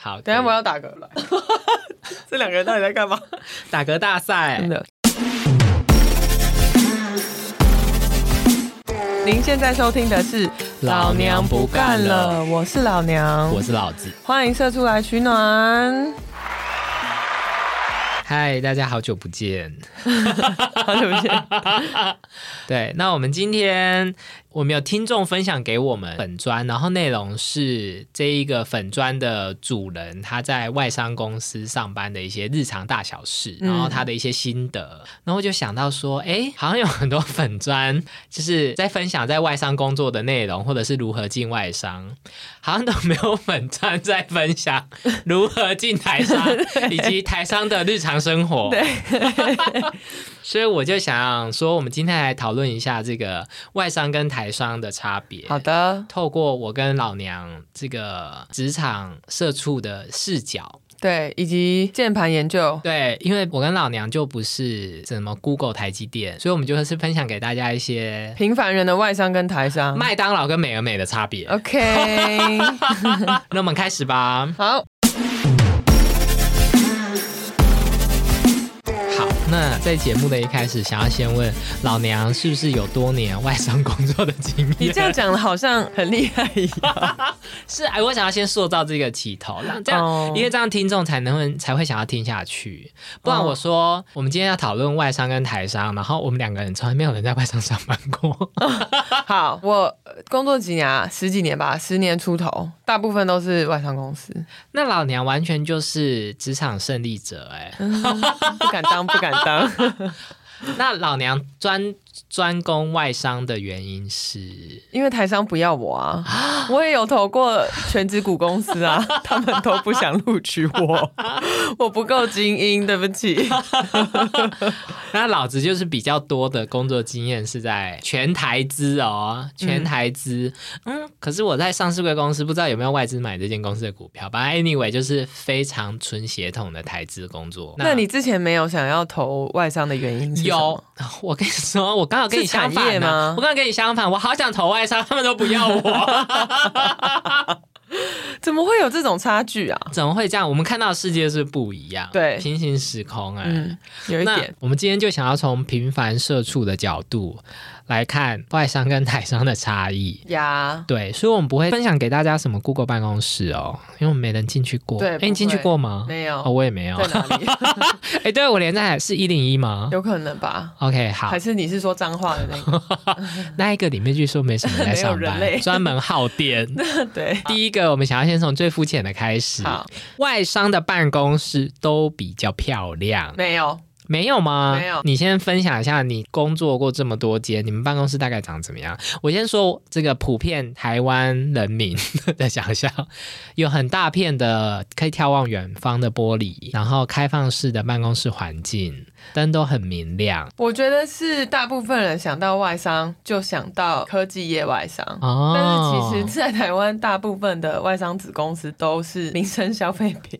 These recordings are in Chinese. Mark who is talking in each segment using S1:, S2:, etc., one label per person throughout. S1: 好，
S2: 等一下
S1: 可以
S2: 我要打嗝了， 这两个人到底在干嘛？
S1: 打嗝大赛
S2: 真。的。您现在收听的是《
S1: 老娘不干了》，
S2: 我是老娘，
S1: 我是老子，
S2: 欢迎射出来取暖。
S1: 嗨，大家好久不见。
S2: 好久不见，
S1: 对，那我们今天我们有听众分享给我们粉砖，然后内容是这一个粉砖的主人他在外商公司上班的一些日常大小事，
S2: 嗯
S1: 然后他的一些心得，然后就想到说，哎，好像有很多粉砖就是在分享在外商工作的内容，或者是如何进外商，好像都没有粉砖在分享如何进台 商以及台商的日常生活。
S2: 对，
S1: 所以我就想说，我们今天来讨论一下这个外商跟台商的差别。
S2: 好，的，
S1: 透过我跟老娘这个职场社畜的视角，
S2: 对，以及键盘研究，
S1: 对，因为我跟老娘就不是什么 Google、台积电，所以我们就是分享给大家一些
S2: 平凡人的外商跟台商。
S1: 麦当劳跟美而美的差 别。
S2: OK，
S1: 那我们开始吧。
S2: 好，
S1: 好，那在节目的一开始，想要先问老娘是不是有多年外商工作的经验？
S2: 你这样讲的好像很厉害一样。
S1: 是，哎，我想要先塑造这个起头，让这样，
S2: 哦
S1: 因为这样听众才能会才会想要听下去。不然
S2: 哦
S1: 我说、我们今天要讨论外商跟台商，然后我们两个人从来没有人在外商上班过，
S2: 好，我呃工作几年啊，十几年吧，十年出头，大部分都是外商公司，
S1: 那老娘完全就是职场胜利者 哎、
S2: 不敢当，不敢 当。
S1: 那老娘专专攻外商的原因是，
S2: 因为台商不要我啊，我也有投过全职股公 司啊，他们都不想录取我，我不够精英，对不起。
S1: 那老子就是比较多的工作经验是在全台资哦，全台资。嗯可是我在上市贵公司不知道有没有外资买这间公司的股票吧？Anyway，就是非常纯血统的台资工作。
S2: 那你之前没有想要投外商的原因是什么
S1: 有？我跟你说，我刚好跟你
S2: 是产
S1: 相
S2: 业
S1: 反呢、
S2: 吗
S1: 我刚好跟你相反，我好想投外商，他们都不要 我，
S2: 怎么会有这种差距啊？
S1: 怎么会这样？我们看到的世界是不一样，
S2: 对
S1: 平行时空哎、
S2: 嗯，有一
S1: 那
S2: 点。
S1: 我们今天就想要从平凡社畜的角度来看外商跟台商的差异。
S2: 呀，
S1: 对，所以我们不会分享给大家什么 Google 办公室哦，因为我们没人进去过。
S2: 对
S1: 哎，
S2: 不
S1: 你进去
S2: 会
S1: 过吗？
S2: 没
S1: 哦，
S2: 有，
S1: 我也没有
S2: 在。哪 里？
S1: 哎，对，我连在是一零一吗
S2: 有可能吧？
S1: ？OK，好
S2: 还，是你是说脏话的那个？
S1: 那一个里面据说没什么人在
S2: 没有
S1: 上
S2: 人
S1: 班，
S2: 类
S1: 专门耗 电。
S2: 对，
S1: 第一个，我们想要先从最肤浅的开始。
S2: 好，
S1: 外商的办公室都比较漂亮，
S2: 没有。
S1: 没有吗？
S2: 没有
S1: 你先分享一下你工作过这么多间，你们办公室大概长怎么样？我先说这个普遍台湾人民 的想象，有很大片的可以眺望远方的玻璃，然后开放式的办公室环境，灯都很明亮
S2: 我觉得是大部分人想到外商就想到科技业外商，
S1: 哦。
S2: 但是其实，在台湾，大部分的外商子公司 都是民生消费品，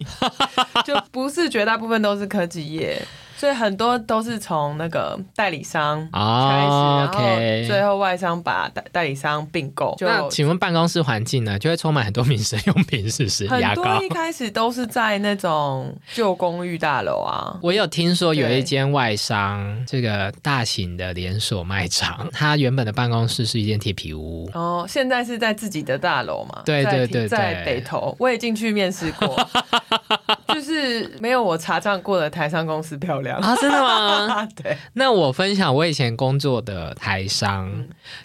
S2: 就不是绝大部分都是科技业，所以很多都是从那个代理商开始，
S1: 哦
S2: 然后最
S1: ，OK。
S2: 后外商把代代理商并购，就
S1: 那请问办公室环境呢，就会充满很多民生用品，是不是？牙
S2: 很
S1: 膏
S2: 多一。开始都是在那种旧公寓大楼啊，
S1: 我有听说有一间外商，这个大型的连锁卖场， 它原本的办公室是一间铁皮屋。
S2: 然后现在是在自己的大楼嘛，
S1: 对对
S2: 在
S1: 对对
S2: 在北投，我也进去面试 过，就是没有我查账过的台商公司漂亮。
S1: 啊，真的吗？
S2: 啊， 对，
S1: 那我分享我以前工作的台商，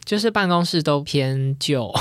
S1: 就是办公室都偏旧、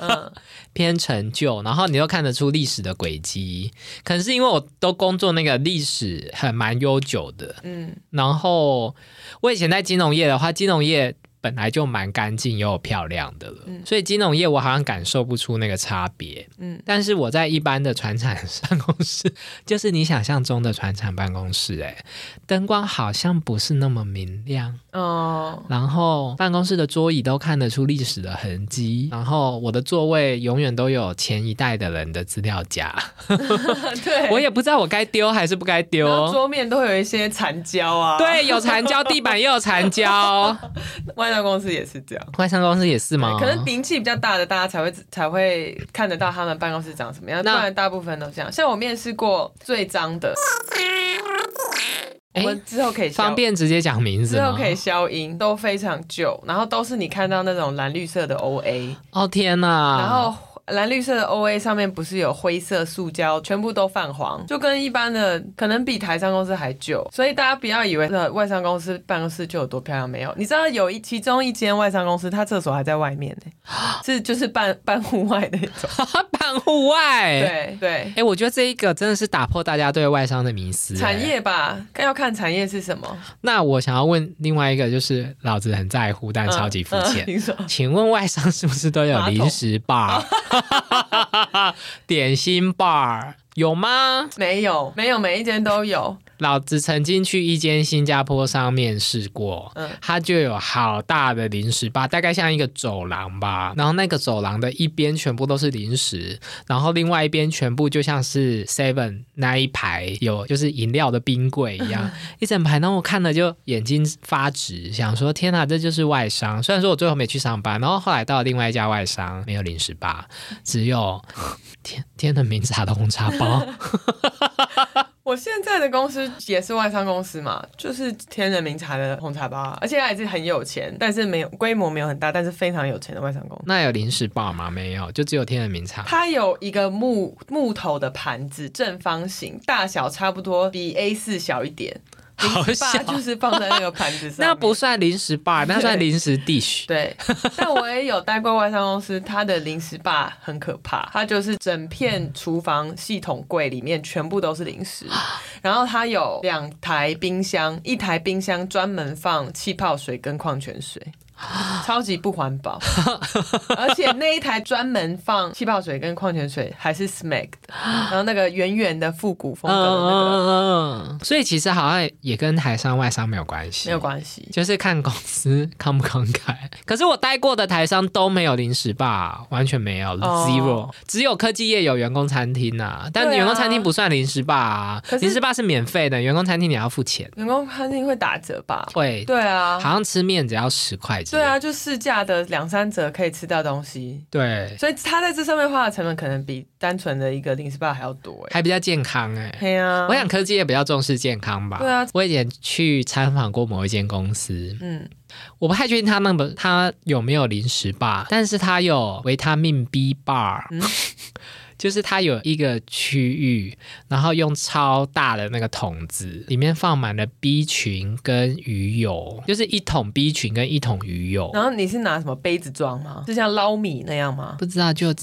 S2: 嗯，
S1: 偏陈旧，然后你又看得出历史的轨迹。可能是因为我都工作那个历史很蛮悠久的，
S2: 嗯，
S1: 然后我以前在金融业的话，金融业本来就蛮干净又漂亮的了，所以金融业我好像感受不出那个差别。嗯
S2: 嗯，
S1: 但是我在一般的船厂办公室，就是你想象中的船厂办公室、哎，灯光好像不是那么明亮，
S2: 哦，
S1: 然后办公室的桌椅都看得出历史的痕迹，然后我的座位永远都有前一代的人的资料夹，
S2: 对，
S1: 我也不知道我该丢还是不该丢
S2: 然。后桌面都会有一些残胶啊，，
S1: 对，有残胶，地板也有残胶。
S2: 外商公司也是这样。
S1: 外商公司也是吗？
S2: 可能名气比较大的，大家才会才会看得到他们办公室长什么样，不
S1: 那
S2: 然大部分都这样。像我面试过最脏的，我
S1: 哎
S2: 们之后可以消
S1: 方便直接讲名字
S2: 之后
S1: 吗？
S2: 可以消音，都非常旧，然后都是你看到那种蓝绿色的 OA，、
S1: 哦天哪！
S2: 然后。蓝绿色的 O A 上面不是有灰色塑胶，全部都泛黄，就跟一般的可能比台商公司还旧，所以大家不要以为那外商公司办公室就有多漂亮，没有。你知道有一其中一间外商公司，它厕所还在外面呢、 是就是半半户外的那 种。
S1: 办户外，
S2: 对对
S1: 哎、，我觉得这一个真的是打破大家对外商的迷思、哎
S2: 产业吧，要看产业是什么。
S1: 那我想要问另外一个，就是老子很在乎，但超级肤
S2: 嗯
S1: 浅。
S2: 听说
S1: 请问外商是不是都有
S2: 马桶
S1: 零食 bar、点心 bar 有吗？
S2: 没有没有，每一间都有。
S1: 老子曾经去一间新加坡上面试过，
S2: 嗯
S1: 它就有好大的零食吧，大概像一个走廊吧。然后那个走廊的一边全部都是零食，然后另外一边全部就像是 Seven 那一排有就是饮料的冰柜一样，一整排。然后我看了就眼睛发直，想说天哪，这就是外商。虽然说我最后没去上班，然后后来到了另外一家外商，没有零食吧，只有天天的名茶的红茶包。
S2: 我现在的公司也是外商公司嘛，就是天人名茶的红茶包啊，而且它也是很有钱，但是没有规模没有很大，但是非常有钱的外商公司。
S1: 那有零食吧吗？没有，就只有天人名茶。
S2: 它有一个木木头的盘子，正方形，大小差不多比 A 四小一点，
S1: 好
S2: 零食吧
S1: 小
S2: 就是放在那个盘子 上面。
S1: 那不算零食吧，那算零食 dish。
S2: 对，但我也有待过外商公司，它的零食吧很可怕，它就是整片厨房系统柜里面全部都是零 食，然后它有两台冰箱，一台冰箱专门放气泡水跟矿泉水。超级不环 保，而且那一台专门放气泡水跟矿泉水还是 Smack 的，然后那个圆圆的复古风
S1: 嗯
S2: 格的那个、
S1: 嗯嗯嗯。所以其实好像也跟台商外商没有关系，
S2: 没有关系，
S1: 就是看公司慷不慷慨。可是我待过的台商都没有零食吧，完全没有、
S2: 哦
S1: zero，只有科技业有员工餐厅啊，但
S2: 对啊
S1: 员工餐厅不算零食吧、啊
S2: 可，是
S1: 零食吧是免费的，员工餐厅你要付钱。
S2: 员工餐厅会打折吧？
S1: 会，
S2: 对啊，
S1: 好像吃面只要十块钱。
S2: 对啊，就市价的两三折可以吃到东西，
S1: 对，
S2: 所以他在这上面花的成本可能比单纯的一个零食吧还要多哎。
S1: 还比较健康哎、
S2: 对啊，
S1: 我想科技业比较重视健康吧。
S2: 对啊，
S1: 我以前去参访过某一间公司，
S2: 嗯，
S1: 我不太确定他那个他有没有零食吧，但是他有维他命 B bar，、
S2: 嗯
S1: 就是他有一个区域，然后用超大的那个桶子，里面放满了 B 群跟鱼油，就是一桶 B 群跟一桶鱼油。
S2: 然后你是拿什么杯子装吗？是像捞米那样 吗？
S1: 不知道就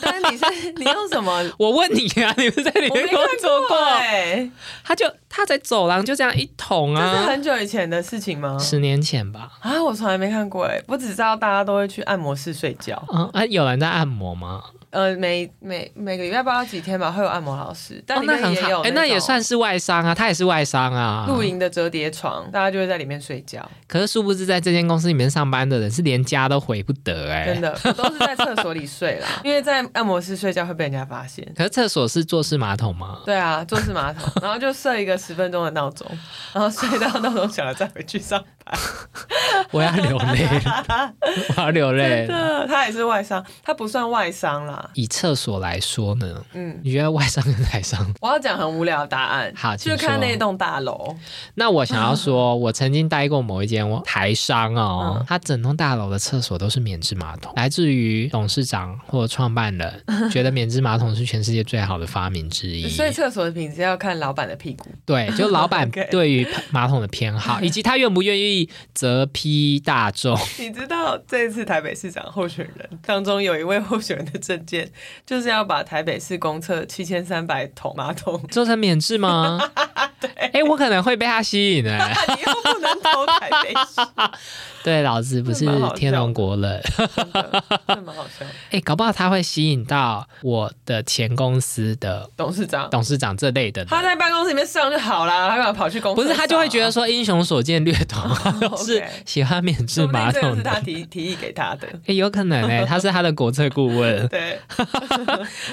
S2: 但是你是你用 什么？
S1: 我问你啊，你们在里
S2: 我没
S1: 面
S2: 看
S1: 工作过？
S2: 哎，
S1: 他就他在走廊就这样一桶
S2: 这是
S1: 啊，
S2: 很久以前的事情吗？
S1: 十年前吧。
S2: 啊，我从来没看过哎，我只知道大家都会去按摩室睡觉，
S1: 嗯啊，有人在按摩吗？
S2: 呃，每每每个礼拜不知道几天吧，会有按摩老师，但
S1: 哦，
S2: 里
S1: 那
S2: 面
S1: 很
S2: 也
S1: 好，
S2: 有
S1: 哎、那也
S2: 种
S1: 算是外商啊，他也是外商啊。
S2: 露营的折叠床，大家就会在里面睡觉。
S1: 可是殊不知，在这间公司里面上班的人是连家都回不得哎、
S2: 真的，我都是在厕所里睡 啦，因为在按摩室睡觉会被人家发现。
S1: 可是厕所是坐式马桶 吗？
S2: 对啊，坐式 马桶，然后就设一个十分钟的闹钟，然后睡到闹钟响了再回去上班。
S1: 我要流 泪了，我要流泪
S2: 真
S1: 了。
S2: 的，他也是外商，他不算外商啦。
S1: 以厕所来说呢，
S2: 嗯，
S1: 你觉得外商跟台商？
S2: 我要讲很无聊的答案，
S1: 好请
S2: 就看
S1: 说
S2: 那栋大楼，
S1: 那我想要 说，我曾经待过某一间台商哦，
S2: 嗯
S1: 它整栋大楼的厕所都是免治马桶，来自于董事长或创办 人觉得免治马桶是全世界最好的发明之一，
S2: 所以厕所的品质要看老板的屁股。
S1: 对，就老板
S2: OK
S1: 对于马桶的偏 好，以及他愿不愿意责批大众。
S2: 你知道这次台北市长候选人当中有一位候选人的证件，就是要把台北市公厕七千三百桶马 桶
S1: 做成免治吗？ 哎、我可能会被他吸引哎、
S2: 你又不能投台北市，
S1: 对，老子不是天龙国人。
S2: 真的真的蛮好笑。
S1: 哎、搞不好他会吸引到我的前公司的
S2: 董事长
S1: 董事长这类 的人。
S2: 他在办公室里面上就好啦，他干嘛跑去公司？
S1: 不是，他就会觉得
S2: 说
S1: 说英雄所见略同， 就是喜欢免治
S2: 哦不定
S1: 马
S2: 这个
S1: 桶
S2: 是
S1: 的。
S2: 他提提议给他的。。
S1: 诶有可能哎、他是他的国策顾问
S2: 对，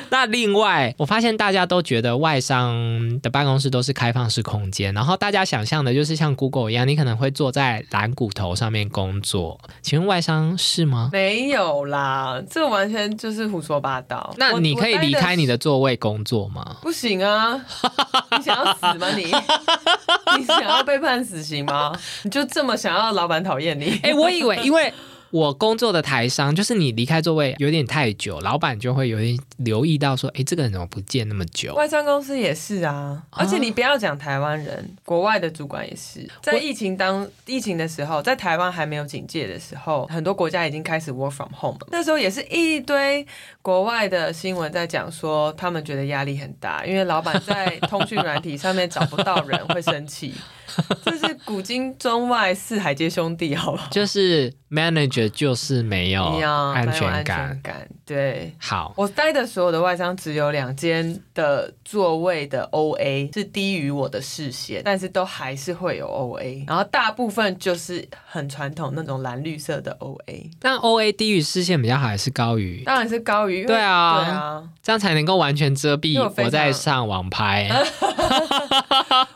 S1: 那另外，我发现大家都觉得外商的办公室都是开放式空间，然后大家想象的就是像 Google 一样，你可能会坐在蓝骨头上面工作。请问外商是吗？
S2: 没有啦，这完全就是胡说八道。
S1: 那
S2: 我
S1: 你可以离开你。
S2: 我待
S1: 的座位工作 吗？
S2: 不行啊！你想要死吗你？你想要被判死刑吗？你就这么想要老板讨厌你？
S1: 哎、我以为因为。我工作的台商就是你离开座位有点太久，老板就会有点留意到说，哎、这个人怎么不见那么久？
S2: 外商公司也是啊，而且你不要讲台湾人，国外的主管也是，在疫情当疫情的时候，在台湾还没有警戒的时候，很多国家已经开始 work from home 了。那时候也是一堆国外的新闻在讲说，他们觉得压力很大，因为老板在通讯软体上面找不到人会生 气。这是古今中外四海皆兄弟，好 不好？
S1: 就是 manager 就是没有
S2: 一样，
S1: 哦安
S2: 蛮哎有
S1: 全
S2: 安
S1: 感
S2: 全。感，对。
S1: 好，
S2: 我待的所有的外商只有两间的座位的 OA 是低于我的视线，但是都还是会有 OA，然后大部分就是很传统那种蓝绿色的 OA，
S1: 但 O A 低于视线比较好，还是高于？
S2: 当然是高于因为
S1: 对啊
S2: 对啊，
S1: 这样才能够完全遮
S2: 因
S1: 蔽
S2: 为我非常
S1: 我在上网拍。
S2: 啊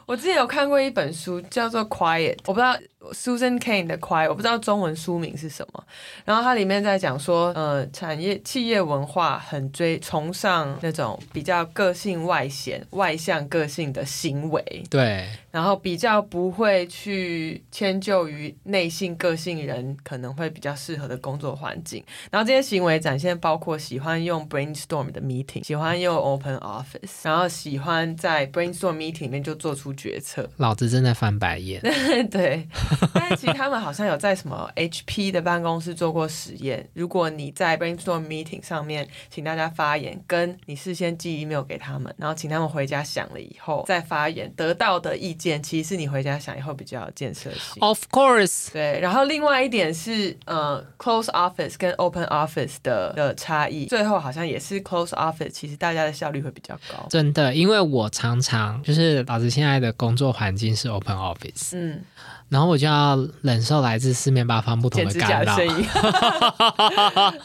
S2: 我之前有看过一本书叫做《Quiet》，我不知道 Susan Cain 的《Quiet》，我不知道中文书名是什么。然后它里面在讲说，呃，产业企业文化很追崇尚那种比较个性外显、外向个性的行为，
S1: 对，
S2: 然后比较不会去迁就于内性个性人可能会比较适合的工作环境。然后这些行为展现包括喜欢用 brainstorm 的 meeting，喜欢用 open office，然后喜欢在 brainstorm meeting 里面就做出决策。
S1: 老子正在翻白眼。
S2: 对，但是其实他们好像有在什么 HP 的办公室做过实验。如果你在 brainstorm meeting 上面请大家发言，跟你事先寄 email 给他们，然后请他们回家想了以后再发言，得到的意见其实是你回家想以后比较有建设性。
S1: Of course，
S2: 对，然后另外一点是，呃，close office 跟 open office 的的差异，最后好像也是 close office，其实大家的效率会比较高。
S1: 真的，因为我常常就是老子现在的工作环境是 Open Office，
S2: 嗯，
S1: 然后我就要忍受来自四面八方不同
S2: 剪
S1: 的
S2: 指甲
S1: 干
S2: 的
S1: 扰
S2: 声。音，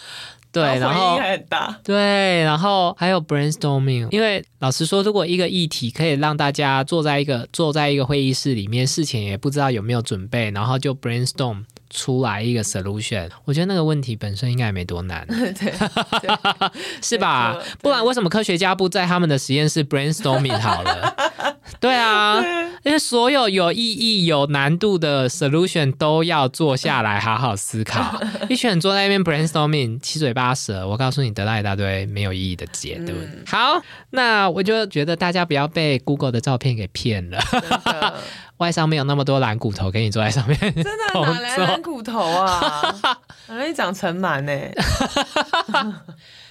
S1: 对，然
S2: 回
S1: 后
S2: 音还很大。
S1: 对，然后还有 brainstorming，因为老实说，如果一个议题可以让大家坐在一个坐在一个会议室里面，事前也不知道有没有准备，然后就 brainstorm 出来一个 solution，我觉得那个问题本身应该也没多难，
S2: 对对，
S1: 是吧
S2: 没错？
S1: 不然为什么科学家不在他们的实验室 brainstorming 好了？ 对啊，因为所有有意义、有难度的 solution 都要坐下来好好思 考。一群人坐在那边 brainstorming，七嘴八舌，我告诉你，得到一大堆没有意义的结论。
S2: 嗯
S1: 好，那我就觉得大家不要被 Google 的照片给骗了，
S2: 真的。
S1: 外商没有那么多蓝骨头给你坐在上面。
S2: 真的
S1: 头
S2: 哪来
S1: 皱
S2: 蓝骨 头啊？很容易长尘螨呢。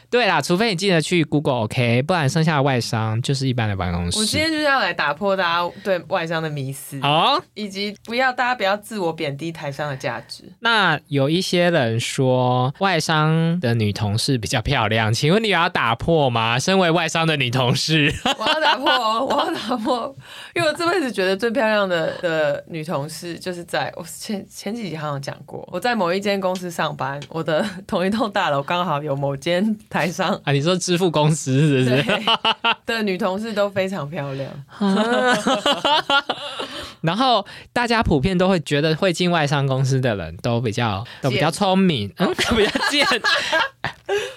S1: 对啦，除非你记得去 Google OK，不然剩下的外商就是一般的办公
S2: 我今
S1: 室。
S2: 天就是要来打破大家对外商的迷思，
S1: 好、
S2: 以及不要大家不要自我贬低台商的价值。
S1: 那有一些人说外商的女同事比较漂亮，请问你有要打破吗？身为外商的女同事，
S2: 我要打破哦，我要打破， 因为我这辈子觉得最漂亮的的女同事，就是在我前前几集好像有讲过，我在某一间公司上班，我的同一栋大楼刚好有某间台商。
S1: 啊，你说支付公司是不
S2: 对
S1: 是？
S2: 的女同事都非常漂亮，
S1: 然后大家普遍都会觉得会进外商公司的人都比较都比较聪明，嗯，比较贱。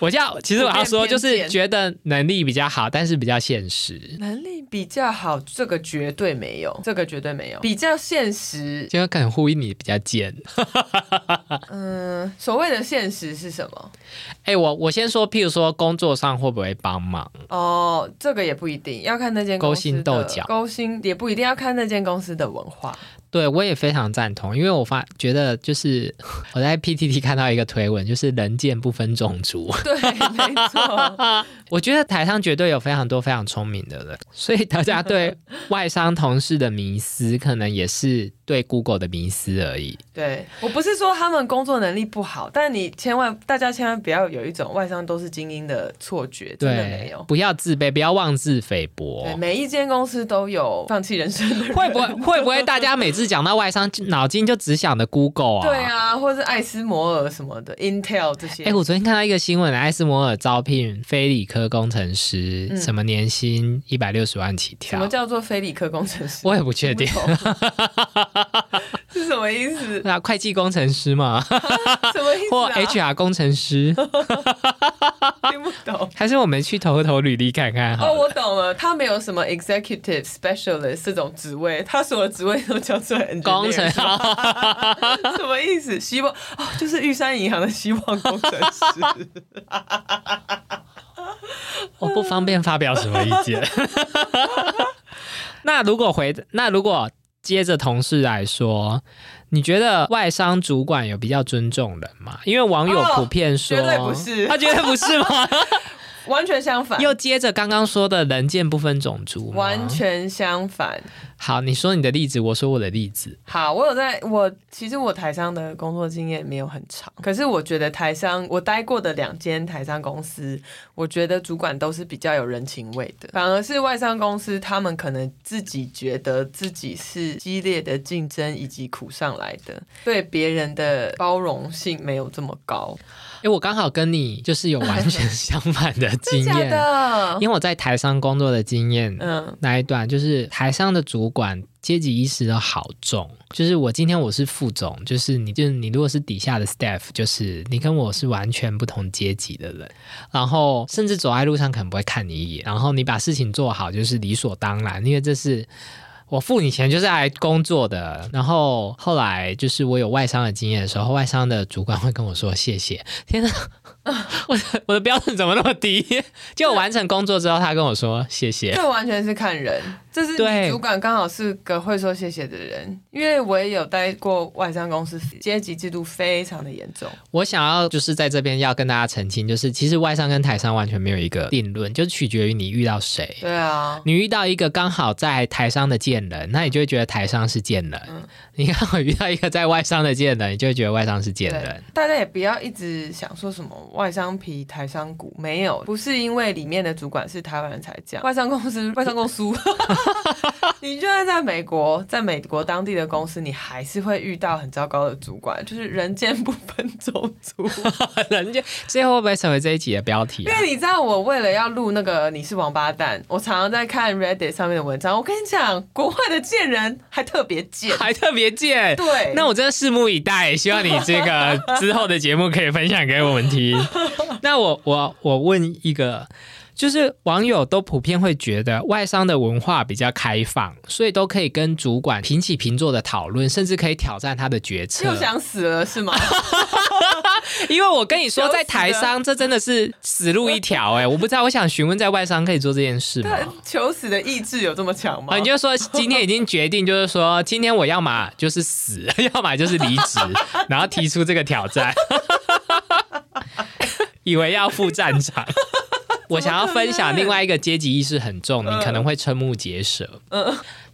S1: 我叫其实我要说，就是觉得能力比较好，但是比较现实，
S2: 能力比较好，这个绝对没有，这个绝对没有，比较现实。
S1: 就可能呼应你比较贱。
S2: 嗯，所谓的现实是什么？
S1: 哎，我我先说，譬如说工作上会不会帮忙？
S2: 哦，这个也不一定，要看那间公司的
S1: 勾心斗角
S2: 勾心也不一定要看那间公司的文化。
S1: 对我也非常赞同，因为我发觉得就是我在 PTT 看到一个推文，就是人见不分种族。
S2: 对，没错，
S1: 我觉得台上绝对有非常多非常聪明的人，所以大家 对外商同事的迷思，可能也是对 Google 的迷思而已。
S2: 对我不是说他们工作能力不好，但你千万大家千万不要有一种外商都是精英的错觉，真的没
S1: 对
S2: 有，。
S1: 不要自卑，不要妄自菲薄。
S2: 对，每一间公司都有放弃人生的人，
S1: 会不会会不会大家每次讲到外商，脑筋就只想着 Google 啊？
S2: 对啊，或者是艾斯摩尔什么的，Intel 这些。
S1: 哎、我昨天看到一个新闻，艾斯摩尔招聘非理科工程师，
S2: 嗯
S1: 什么年薪一百六十万起
S2: 什
S1: 跳，
S2: 么叫做非理科工程师？
S1: 我也不确定。
S2: 不懂是什么意思？
S1: 那会计工程师嘛，
S2: 什么意思、啊？
S1: 或 HR 工程 师，
S2: 听不懂。
S1: 还是我们去投投履历看看好
S2: 哦，
S1: 了？
S2: 我懂了，他没有什么 executive specialist 这种职位，他所有职位都叫做 engineer
S1: 工程
S2: 什么意思？希望哦，就是玉山银行的希望工程 师。
S1: 我不方便发表什么意见。 那如果回，那如果接着同事来说，你觉得外商主管有比较尊重人吗？因为网友
S2: 哦
S1: 普遍说，
S2: 绝对不 是
S1: 他绝对不是 吗？
S2: 完全相反，
S1: 又接着刚刚说的人见不分种族吗，
S2: 完全相反。
S1: 好。你说你的例子，我说我的例子。
S2: 好，我有在我其实我台商的工作经验没有很长，可是我觉得台商我待过的两间台商公司，我觉得主管都是比较有人情味的，反而是外商公司他们可能自己觉得自己是激烈的竞争以及苦上来的，对别人的包容性没有这么高。
S1: 因为我刚好跟你就是有完全 相反的经
S2: 假
S1: 验，
S2: 的，
S1: 因为我在台商工作的经验。
S2: 嗯，
S1: 那一段就是台上的主管阶级意识都好重，就是我今天我是副总，就是你就是你如果是底下的 staff，就是你跟我是完全不同阶级的人，然后甚至走在路上可能不会看你一眼，然后你把事情做好就是理所当然，因为这是我付你钱就是来工作的。然后后来就是我有外商的经验的时候，外商的主管会跟我说谢谢。天哪，我的我的标准怎么那么低？ 就我完成工作之后，他跟我说谢谢。
S2: 这完全是看人，这是
S1: 对
S2: 你主管刚好是个会说谢谢的人，因为我也有待过外商公司，阶级制度非常的严重。
S1: 我想要就是在这边要跟大家澄清，就是其实外商跟台商完全没有一个定论，就取决于你遇到谁。
S2: 对啊，
S1: 你遇到一个刚好在台商的贱人，那你就会觉得台商是贱人；你刚好遇到一个在外商的贱人，你就会觉得外商是贱
S2: 对
S1: 人。，
S2: 大家也不要一直想说什么外商皮、台商股，没有，不是因为里面的主管是台湾人才这样，外商公司、外商公司， 你就算在美国，在美国当地的公司，你还是会遇到很糟糕的主管，就是人间不分种族。
S1: 人家最后会不会成为这一集的标题、
S2: 因
S1: 啊？
S2: 为你知道，我为了要录那个你是王八蛋，我常常在看 Reddit 上面的文章。我跟你讲，国外的贱人还特别贱，
S1: 还特别贱。
S2: 对，
S1: 那我真的拭目以待，希望你这个之后的节目可以分享给我们 听。那我我我问一个，就是网友都普遍会觉得外商的文化比较开放，所以都可以跟主管平起平坐的讨论，甚至可以挑战他的决策
S2: 又。想死了是 吗？
S1: 因为我跟你说，
S2: 羞死
S1: 在台商这真的是死路一条哎、我不知道，我想询问在外商可以做这件事吗
S2: 对？，求死的意志有这么强吗
S1: 啊，？你就说今天已经决定，就是说今天我要么就是死， 要么就是离职，然后提出这个挑战，以为要赴战 场。我想要分享另外一个阶级意识很重，你
S2: 嗯
S1: 可能会瞠目结舌。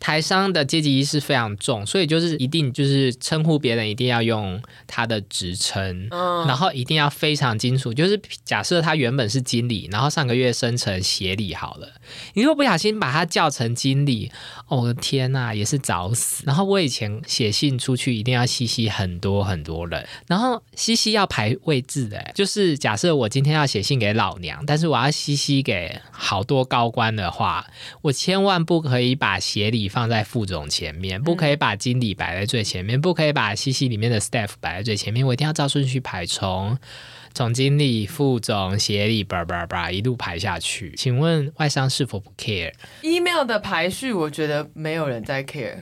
S1: 台商的阶级意识非常重，所以就是一定就是称呼别人一定要用他的职称，
S2: 嗯
S1: 然后一定要非常清楚。就是假设他原本是经理，然后上个月升成协理好了，你如果不小心把他叫成经理，哦、我的天呐、也是找死。然后我以前写信出去一定要西西很多很多人，然后西西要排位置的欸，就是假设我今天要写信给老娘，但是我要西西给好多高官的话，我千万不可以把协理放在副总前面，不可以把经理摆在最前面，不可以把西西里面的 staff 摆在最前面，我一定要照顺序排从。总经理、副总、协理，叭叭叭一路排下去。请问外商是否不 care？
S2: email 的排序，我觉得没有人在 care，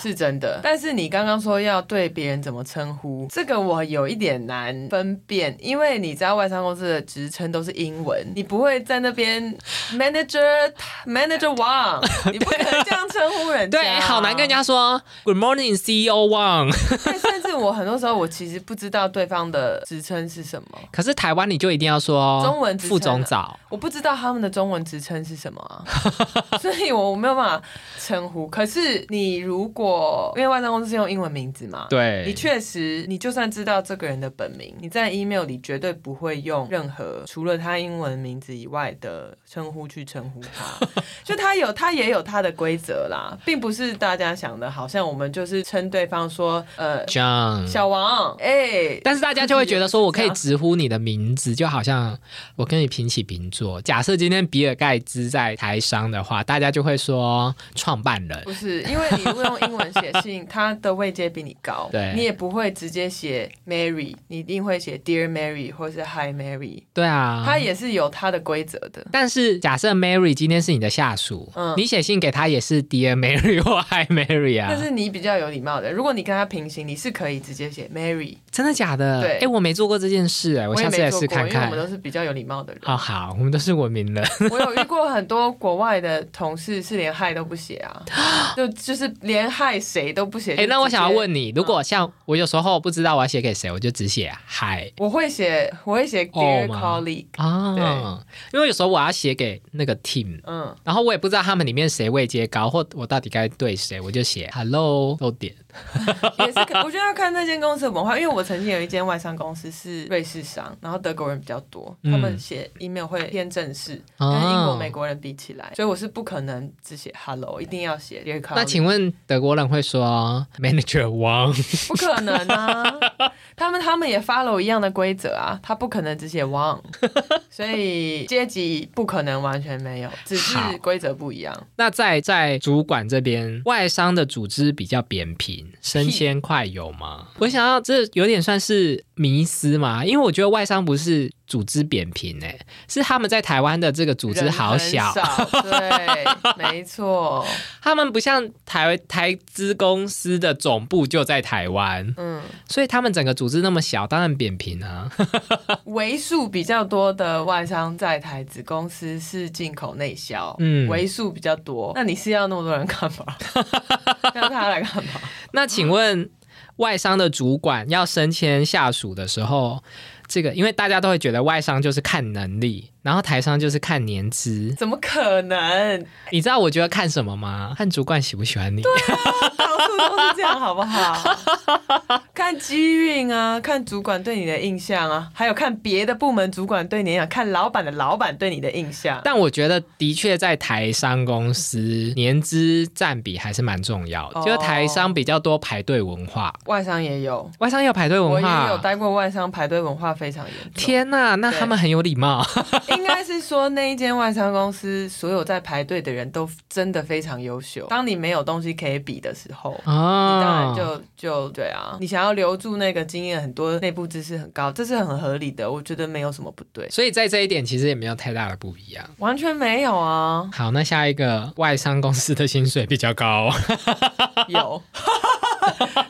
S2: 是真的。但是你刚刚说要对别人怎么称呼，这个我有一点难分辨，因为你知道外商公司的职称都是英文，你不会在那边 manager manager Wang，你不可能这样称呼人 家，
S1: 对，好难跟人家说 Good morning CEO Wang。
S2: 对。甚至我很多时候我其实不知道对方的职称是什么，
S1: 可是台湾你就一定要说
S2: 中文职称啊
S1: 副总早，
S2: 我不知道他们的中文职称是什么啊， 所以我没有办法称呼。可是你如果因为外商公司是用英文名字嘛，，
S1: 对，
S2: 你确实，你就算知道这个人的本名，你在 email 里绝对不会用任何除了他英文名字以外的称呼去称呼他， 就他有他也有他的规则啦，并不是大家想的，好像我们就是称对方说 呃
S1: John。
S2: 小王，哎、
S1: 但是大家就会觉得说，我可以
S2: 这样
S1: 直呼你的名字，就好像我跟你平起平坐。假设今天比尔盖茨在台商的话，大家就会说创办人。
S2: 不是，因为你如果用英文写信，他的位阶比你高，
S1: 对
S2: 你也不会直接写 Mary，你一定会写 Dear Mary 或是 Hi Mary，
S1: 对啊，
S2: 它也是有它的规则的。
S1: 但是假设 Mary 今天是你的下属，
S2: 嗯
S1: 你写信给他也是 Dear Mary 或 Hi Mary 啊
S2: 但，是你比较有礼貌的，如果你跟他平行，你是可以直接写 Mary，
S1: 真的假的？
S2: 对
S1: 哎、我没做过这件事、哎，
S2: 我也
S1: 下
S2: 没
S1: 次来
S2: 做
S1: 试
S2: 过，
S1: 看
S2: 因为我
S1: 看
S2: 们。都是比较有礼貌的人。
S1: 好好，我们都是文明人，
S2: 我有遇过很多国外的同事是连 Hi 都不写 啊，就就是连 Hi 谁都不写。
S1: 哎、
S2: 就
S1: 那我想要
S2: 直接，嗯
S1: 问你，如果像我有时候不知道我要写给谁，我就只写 Hi
S2: 我会写，我会写 Dear
S1: 哦吗
S2: colleague，
S1: 啊，因为有时候我要写给那个 team，
S2: 嗯，
S1: 然后我也不知道他们里面谁位阶高，或我到底该对谁，我就写 Hello 漏点
S2: 也是可，我觉得要看那间公司的文化，因为我曾经有一间外商公司是瑞士商，然后德国人比较多，
S1: 嗯
S2: 他们写 email 会偏正式，
S1: 哦
S2: 跟英国、美国人比起来，所以我是不可能只写 hello，一定要写 dear colleague。
S1: 那请问德国人会说 Manager 王？
S2: 不可能 啊！他们他们也 follow 一样的规则啊，他不可能只写 one，所以阶级不可能完全没有，只是
S1: 好
S2: 规则不一样。
S1: 那在在主管这边，外商的组织比较扁平，升迁快有 吗？我想要这有点算是迷思嘛，因为我觉得外商不是组织扁平、欸，是他们在台湾的这个组织
S2: 人
S1: 好
S2: 很
S1: 小，
S2: 少对，没错，
S1: 他们不像台台资公司的总部就在台湾，
S2: 嗯，
S1: 所以他们整个组织那么小，当然扁平啊。
S2: 为数比较多的外商在台子公司是进口内销，
S1: 嗯
S2: 嗯，为数比较多。那你是要那么多人干 嘛？让他来干嘛？
S1: 那请问外商的主管要升迁下属的时候，这个因为大家都会觉得外商就是看能力，然后台商就是看年资。
S2: 怎么可能？
S1: 你知道我觉得看什么吗？看主管喜不喜欢你。
S2: 啊到处都是这样，好不 好？看机运啊，看主管对你的印象啊，还有看别的部门主管对你的印象，看老板的老板对你的印象。
S1: 但我觉得的确在台商公司，年资占比还是蛮重要的。
S2: 哦
S1: 就是台商比较多排队文化，
S2: 外商也有，
S1: 外商也有排队
S2: 我
S1: 文
S2: 也有
S1: 化。
S2: 待过外商，排队文化非常严重。
S1: 天呐、那他们很有礼貌。
S2: 应该是说那一间外商公司所有在排队的人都真的非常优秀。当你没有东西可以比的时候。你 当然
S1: 哦，
S2: 就就对啊，你想要留住那个经验很多、内部知识很高，这是很合理的，我觉得没有什么不对，
S1: 所以在这一点其实也没有太大的不一样。
S2: 完全没有啊，
S1: 好，那下一个外商公司的薪水比较高。
S2: 有，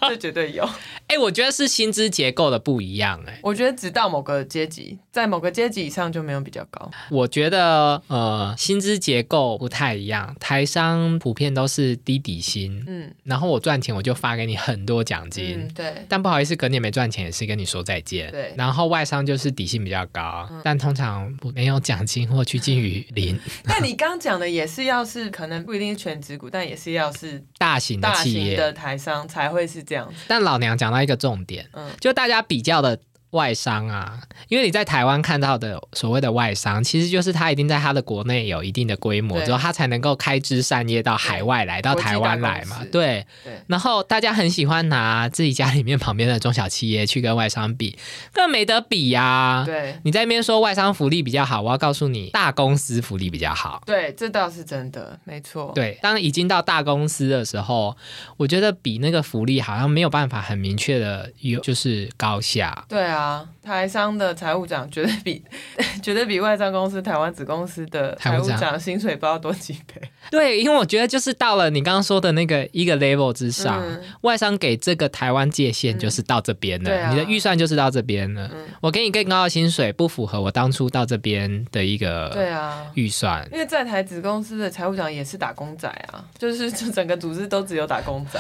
S2: 这绝对有。
S1: 哎、我觉得是薪资结构的不一样、哎，
S2: 我觉得只到某个阶级，在某个阶级以上就没有比较高。
S1: 我觉得呃，薪资结构不太一样。台商普遍都是低底薪，
S2: 嗯
S1: 然后我赚钱我就发给你很多奖金。
S2: 嗯，对，
S1: 但不好意思，隔年没赚钱也是跟你说再见。
S2: 对嗯
S1: 然后外商就是底薪比较高，但通常不没有奖金或趋近于零。
S2: 但你刚讲的也是，要是可能不一定是全职股，但也是要是
S1: 大型的
S2: 大
S1: 企
S2: 型
S1: 业，
S2: 的台商才会是这样子。
S1: 但老娘讲到一个重点，
S2: 嗯
S1: 就大家比较的外商啊，因为你在台湾看到的所谓的外商，其实就是他一定在他的国内有一定的规模
S2: 对
S1: 之后，他才能够开枝散叶到海外来，到台湾来嘛
S2: 国际大公。司
S1: 对，
S2: 对
S1: 然后大家很喜欢拿自己家里面旁边的中小企业去跟外商比，根本没得比呀、
S2: 对
S1: 你在那边说外商福利比较好，我要告诉你，大公司福利比较好。
S2: 对，这倒是真的，没错。
S1: 对，当已经到大公司的时候，我觉得比那个福利好像没有办法很明确的有就是高下。
S2: 对啊，台商的财务长绝对比 绝对比外商公司台湾子公司的财务
S1: 财务
S2: 长薪水包多几倍。
S1: 对，因为我觉得就是到了你刚刚说的那个一个 level 之上，
S2: 嗯
S1: 外商给这个台湾界限就是到这边了，
S2: 嗯对啊
S1: 你的预算就是到这边了。
S2: 嗯
S1: 我给你更高的薪水，不符合我当初到这边的一个
S2: 对啊，
S1: 预算。
S2: 因为在台子公司的财务长也是打工仔啊，就是 就整个组织都只有打工 仔。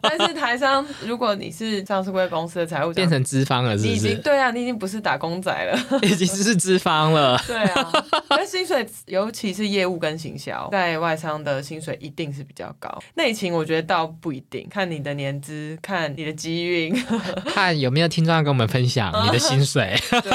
S2: 但是台商，如果你是上市贵公司的财务长
S1: 变，成资方了，是
S2: 你
S1: 不
S2: 已经
S1: 是？
S2: 对啊，你已经不是打工仔了。
S1: 已经是资方 了，
S2: 对啊，那薪水尤其是业务跟行销，在外商的薪水一定是比较高。内勤我觉得倒不一定，看你的年资，看你的机运。
S1: 看有没有听众要跟我们分享你的薪水。
S2: 对，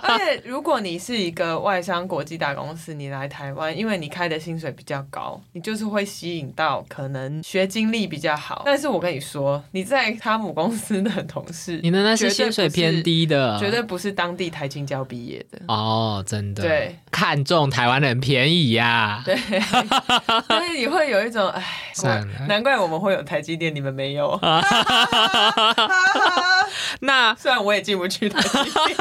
S2: 而且如果你是一个外商国际大公司，你来台湾，因为你开的薪水比较高，你就是会吸引到可能学经历比较好。但是我跟你说，你在他母公司的同事，
S1: 你的那啊是
S2: 绝对
S1: 薪
S2: 不
S1: 水
S2: 是
S1: 偏，低的，
S2: 绝对不是当地台青交毕业的。
S1: 哦，真的，
S2: 对，
S1: 看中台湾人便宜呀、
S2: 对， 但是你会有一种哎，
S1: 算了啊
S2: 难怪我们会有台积电，你们没有。
S1: 那
S2: 虽然我也进不去台积 电，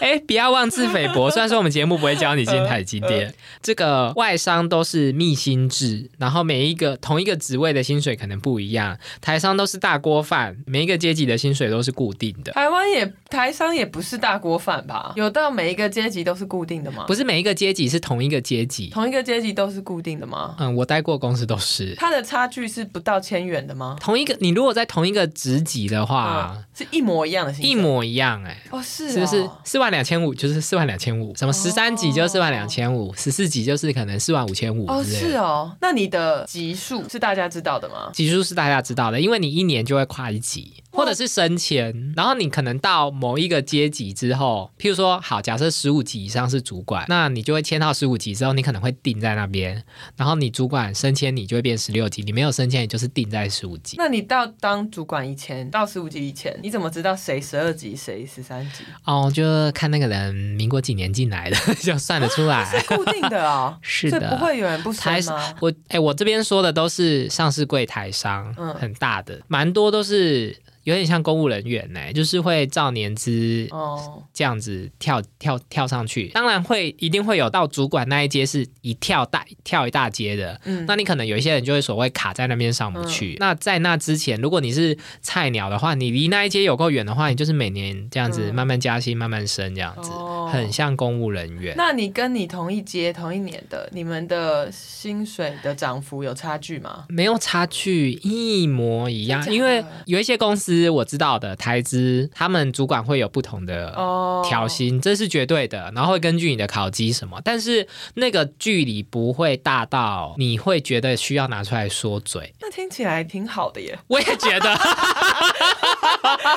S1: 哎，不要妄自菲薄。虽 然说我们节目不会教你进台积 电，呃这个外商都是密薪制，然后每一个同一个职位的薪水可能不一样，台商都是大锅饭，每一个阶级的薪水都是固定的。
S2: 台湾也台商也不是大锅饭吧？有到每一个阶级都是固定的吗？
S1: 不是每一个阶级是同一个阶级。
S2: 同一个阶级都是固定的吗？
S1: 嗯，我待过公司都是
S2: 它的差距是不到千元的吗？
S1: 同一个，你如果在同一个职级的话，
S2: 嗯，是一模一样的薪水，
S1: 啊一模一样哎、
S2: 哦，是
S1: 是
S2: 哦
S1: 不是四万两千五就是四万两千五？什么十三级就四万两千五，十四级就是可能四万五千五
S2: 哦，
S1: 之类
S2: 是
S1: 的。
S2: 哦，那你的级数是大家知道的吗？
S1: 级数是大家知道的，因为你一年就会跨一级，或者是升迁，然后你可能到某一个阶级之后，譬如说，好，假设十五级以上是主管，那你就会签到十五级之后，你可能会定在那边，然后你主管升迁你就会变十六级，你没有升迁你就是定在十五级。
S2: 那你到当主管以前，到十五级以前，你怎么知道谁十二级，谁十三 级？
S1: 哦，就看那个人民国几年进来的， 就算得出来。，
S2: 是固定的哦
S1: 是
S2: 所
S1: 的
S2: 以不会有人不
S1: 台
S2: 升吗？
S1: 我哎、我这边说的都是上市柜台商，
S2: 嗯
S1: 很大的，蛮多都是有点像公务人员呢、就是会照年资
S2: 哦，
S1: 这样子跳跳跳上去。当然会一定会有到主管那一阶是一跳大跳一大阶的，
S2: 嗯，
S1: 那你可能有一些人就会所谓卡在那边上不去。那在那之前，如果你是菜鸟的话，你离那一阶有够远的话，你就是每年这样子
S2: 嗯
S1: 慢慢加薪、慢慢升这样子，
S2: 哦
S1: 很像公务人员。
S2: 那你跟你同一阶、同一年的，你们的薪水的涨幅有差距吗？
S1: 没有差距，一模一样。
S2: 真
S1: 因
S2: 假的
S1: 为有一些公司我知道的台资，他们主管会有不同的
S2: 哦，
S1: 呃调薪，这是绝对的。然后会根据你的考绩什么，但是那个距离不会大到你会觉得需要拿出来说嘴。
S2: 那听起来挺好的耶， 啊
S1: 我也觉得，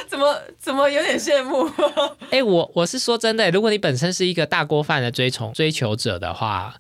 S2: 怎么怎么有点羡慕？
S1: 哎、我我是说真的，如果你本身是一个大锅饭的追从追求者的话，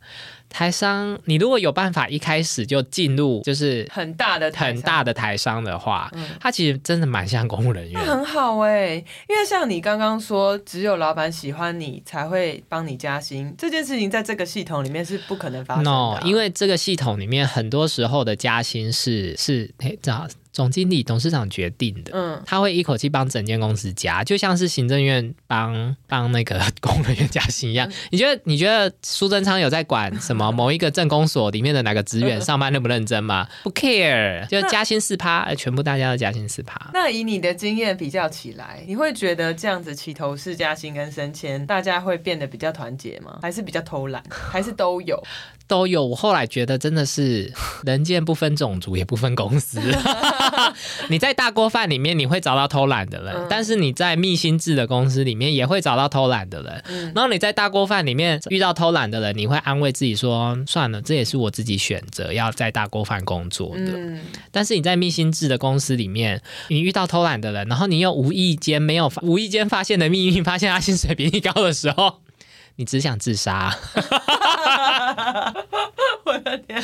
S1: 台商你如果有办法一开始就进入就是
S2: 很大的台
S1: 很
S2: 商
S1: 大，的台商的话，
S2: 嗯
S1: 他其实真的蛮像公务人员
S2: 那。很好哎、因为像你刚刚说，只有老板喜欢你才会帮你加薪，这件事情在这个系统里面是不可能发生的啊、
S1: no，因为这个系统里面很多时候的加薪是是诶，总总经理、董事长决定的。
S2: 嗯，
S1: 他会一口气帮整间公司加，就像是行政院帮帮那个公务人员加薪一样。你觉得你觉得苏贞昌有在管什么某一个政工所里面的哪个职员上班认不认真吗？嗯不 care，就加薪四趴，呃全部大家都加薪四 趴。
S2: 那以你的经验比较起来，你会觉得这样子起头式加薪跟升迁，大家会变得比较团结吗？还是比较偷 懒？还是都有？
S1: 都有。我后来觉得真的是人间不分种族，也不分公 司。你在大锅饭里面你会找到偷懒的人，
S2: 嗯
S1: 但是你在密心制的公司里面也会找到偷懒的人。
S2: 嗯
S1: 然后你在大锅饭里面遇到偷懒的人，你会安慰自己说：“算了，这也是我自己选择要在大锅饭工作的。
S2: 嗯，
S1: 但是你在密心制的公司里面，你遇到偷懒的人，然后你又无意间没有发无意间发现的秘密，发现他薪水比你高的时候，你只想自杀。
S2: 我的天！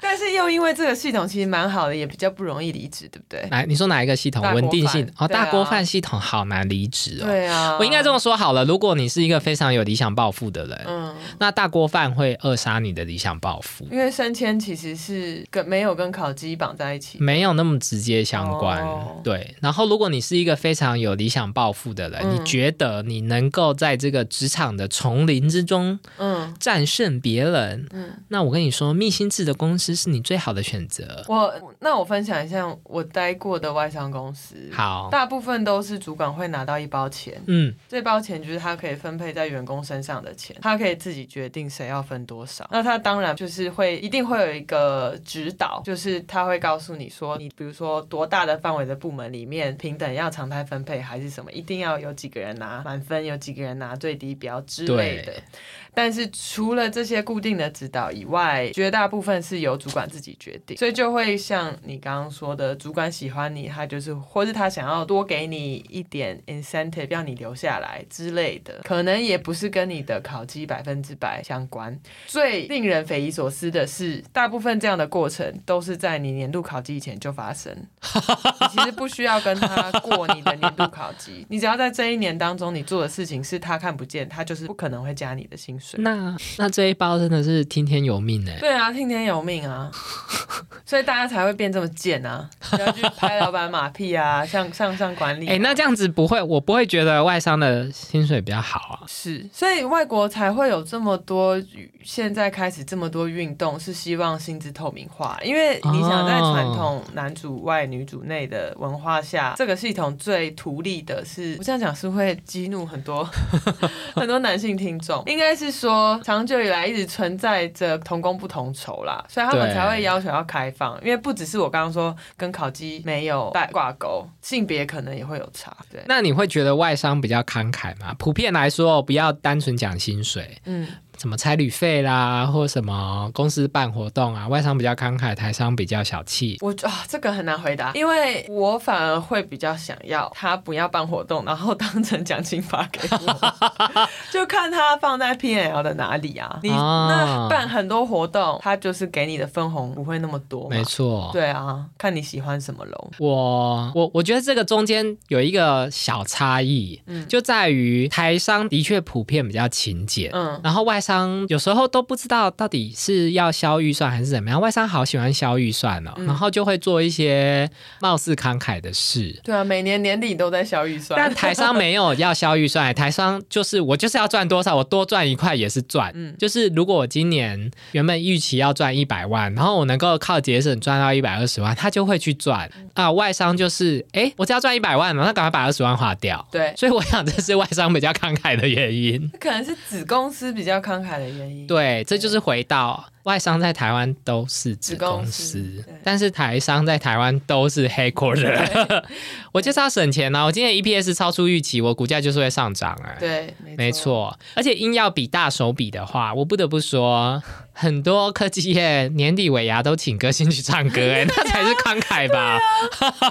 S2: 但是又因为这个系统其实蛮好的，也比较不容易离职，对不对？
S1: 来，你说哪一个系统？
S2: 大锅
S1: 稳定
S2: 饭
S1: 系哦，
S2: 对啊
S1: 大锅饭系统好难离职哦。
S2: 对啊，
S1: 我应该这么说好了，如果你是一个非常有理想抱负的人，
S2: 嗯，
S1: 那大锅饭会扼杀你的理想抱负，
S2: 因为升迁其实是跟没有跟考鸡绑在一起。
S1: 没有那么直接相关。
S2: 哦
S1: 对，然后如果你是一个非常有理想抱负的人，
S2: 嗯
S1: 你觉得你能够在这个职场的丛林之中
S2: 嗯
S1: 战胜别人，
S2: 嗯，
S1: 那我跟你说，密心制的公司是你最好的选择。
S2: 我那我分享一下我待过的外商公司，
S1: 好，
S2: 大部分都是主管会拿到一包钱，
S1: 嗯，
S2: 这包钱就是他可以分配在员工身上的钱，他可以自己决定谁要分多少。那他当然就是会一定会有一个指导，就是他会告诉你说，你比如说多大的范围的部门里面平等要常态分配还是什么，一定要有几个人拿满分，有几个人拿最低标之类的
S1: 对。
S2: 但是除了这些固定的指导以外，绝大部分是由主管自己决定，所以就会像你刚刚说的，主管喜欢你，他就是或是他想要多给你一点 incentive 让你留下来之类的，可能也不是跟你的考绩百分之百相关。最令人匪夷所思的是，大部分这样的过程都是在你年度考绩以前就发生， 你其实不需要跟他过你的年度考 绩，你只要在这一年当中你做的事情是他看不见，他就是不可能会加你的薪水。
S1: 那那这一包真的是听天由命哎、
S2: 对啊，听天由命 啊，所以大家才会变这么贱啊，要去拍老板马屁啊，向向上管理啊。
S1: 哎、那这样子不会，我不会觉得外商的薪水比较好啊。
S2: 是，所以外国才会有这么多，现在开始这么多运动，是希望薪资透明化。因为你想在传统男主外女主内的文化下，这个系统最图利的是，我这样讲是会激怒很多 很多男性听众，应该是说长久以来一直存在着同工不同酬啦，所以他们
S1: 对
S2: 才会要求要开放，因为不只是我刚刚说跟烤鸡没有带挂钩，性别可能也会有差。对，
S1: 那你会觉得外商比较慷慨吗？普遍来说，不要单纯讲薪水，
S2: 嗯。
S1: 什么差旅费啦，或什么公司办活动啊，外商比较慷慨，台商比较小气。
S2: 我啊，这个很难回答，因为我反而会比较想要他不要办活动，然后当成奖金发给我， 就看他放在 P L 的哪里啊。你、
S1: 啊
S2: 那办很多活动，他就是给你的分红不会那么多嘛
S1: 没。错，
S2: 对啊，看你喜欢什么楼。
S1: 我我我觉得这个中间有一个小差异，
S2: 嗯
S1: 就在于台商的确普遍比较勤俭。
S2: 嗯，
S1: 然后外商有时候都不知道到底是要消预算还是怎么样，外商好喜欢消预算哦，
S2: 嗯
S1: 然后就会做一些貌似慷慨的事，
S2: 对啊，每年年底都在小预算。
S1: 但台商没有要消预算，台商就是我就是要赚多少，我多赚一块也是赚。
S2: 嗯
S1: 就是如果我今年原本预期要赚一百万，然后我能够靠节省赚到一百二十万，他就会去赚
S2: 嗯
S1: 啊、外商就是，哎，我只要赚一百万嘛，那赶快把二十万花掉。
S2: 对，
S1: 所以我想这是外商比较慷慨的原因。
S2: 可能是子公司比较慷慨的原因。
S1: 对，这就是回到外商在台湾都是子公
S2: 子公
S1: 司
S2: 司对，
S1: 但是台商在台湾都是 headquarter。我 就是要省钱啊！我今年 EPS 超出预期，我股价就是会上涨啊。
S2: 对，
S1: 没。错，而且硬要比大手笔的话，我不得不说，很多科技业年底尾牙都请歌星去唱歌、 哎、那才是慷慨吧？
S2: 啊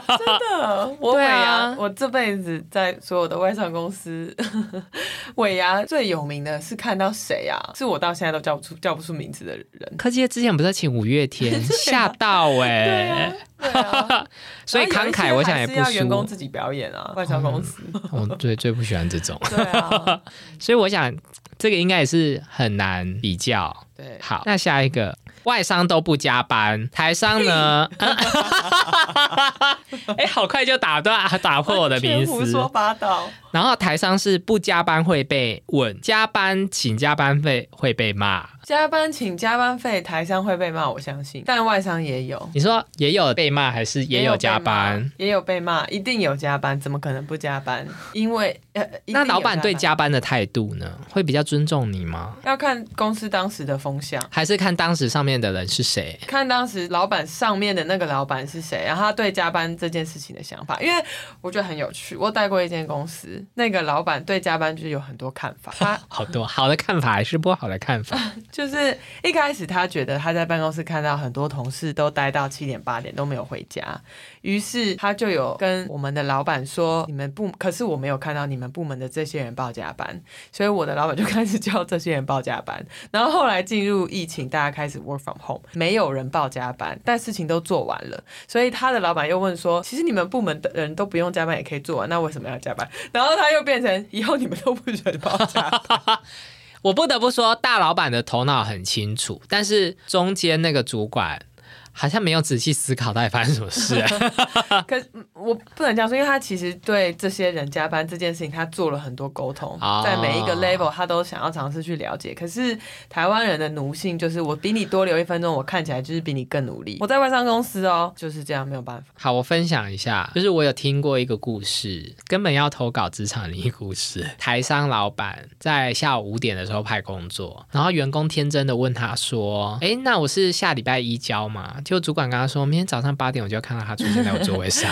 S2: 的， 我
S1: 对
S2: 尾牙，
S1: 啊
S2: 我这辈子在所有的外商公司， 尾牙最有名的是看到谁啊？是我到现在都叫不出叫不出名字的人。
S1: 科技业之前不是请五月 天，吓到哎、
S2: 啊对啊，对啊，
S1: 所以
S2: 然后
S1: 慷
S2: 有一些
S1: 慨我想
S2: 还
S1: 也
S2: 是
S1: 不
S2: 要员工
S1: 输。嗯
S2: 自己表演啊，外商公司。
S1: 我最最不喜欢这种，
S2: 对 啊，
S1: 所以我想这个应该也是很难比较。
S2: 对，
S1: 好，那下一个。外商都不加班，台商呢？ 嗯哎、好快就打断 打破我的迷
S2: 全
S1: 思。
S2: 胡说八道。
S1: 然后台商是不加班会被问，加班请加班费会被骂。
S2: 加班请加班费，台商会被骂，我相信，但外商也有。
S1: 你说也有被骂，还是也有加
S2: 被
S1: 班
S2: 骂？，也有被骂，一定有加班，怎么可能不加班？因为呃，一定
S1: 那
S2: 有
S1: 老板对
S2: 班
S1: 加班的态度呢，会比较尊重你吗？
S2: 要看公司当时的风向。
S1: 还是看当时上面的人是谁？
S2: 看当时老板上面的那个老板是谁，然后他对加班这件事情的想法，因为我觉得很有趣。我带过一间公司，那个老板对加班就是有很多看法，他
S1: 好多好的看法还是不好的看法？
S2: 就是一开始他觉得他在办公室看到很多同事都待到七点八点都没有回家，于是他就有跟我们的老板说：“你们部可是我没有看到你们部门的这些人报加班，所以我的老板就 开始叫这些人报加班。”然后后来进入疫情，大家开始 work from home，没有人报加班，但事情都做完了，所以他的老板又问说：“其实你们部门的人都不用加班也可以做啊完，那为什么要加班？” 然后他又变成以后你们都不准报加班。
S1: 我不得不说，大老板的头脑很清楚，但是中间那个主管好像没有仔细思考到底发生什么 事、欸。
S2: 可是我不能这样说，因为他其实对这些人加班这件事情，他做了很多沟通，
S1: 哦
S2: 在每一个 level 他都想要尝试去了解。可是台湾人的奴性就是，我比你多留一分钟，我看起来就是比你更努力。我在外商公司哦，就是这样，没有办法。
S1: 好，我分享一下，就是我有听过一个故事，根本要投稿职场灵异故事。台商老板在下午五点的时候派工作，然后员工天真的问他说：“诶，那我是下礼拜一交嘛？”结果主管跟他说：“明天早上八点我就要看到他出现在我座位上。”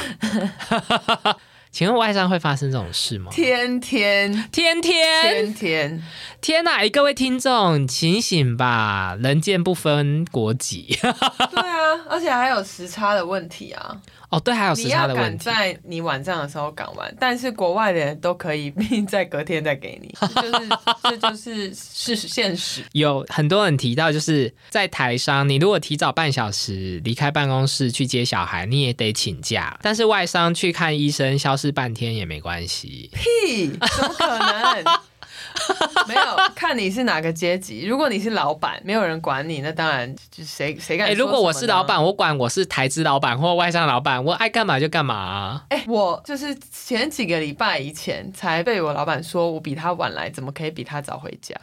S1: 请问外商会发生这种事吗？
S2: 天天
S1: 天天
S2: 天天，
S1: 天呐、各位听众，醒醒吧！人间不分国籍
S2: 对啊，而且还有时差的问题啊。
S1: 哦，对，还有时
S2: 你
S1: 差
S2: 要
S1: 的问
S2: 赶
S1: 题。
S2: 在你晚上的时候赶完，但是国外的人都可以， 并在隔天再给你，这就是这就是是现实。
S1: 有很多人提到，就是在台商，你如果提早半小时离开办公室去接小孩，你也得请假；但是外商去看医生，消失半天也没关系。
S2: 屁，怎么可能？ 没有，看你是哪个阶级。如果你是老板，没有人管你，那当然就谁谁敢
S1: 哎、
S2: 说什么呢、
S1: 如果我是老板，我管我是台资老板或外商老板，我爱干嘛就干嘛啊、
S2: 哎、我就是前几个礼拜以前才被我老板说我比他晚来，怎么可以比他早回家？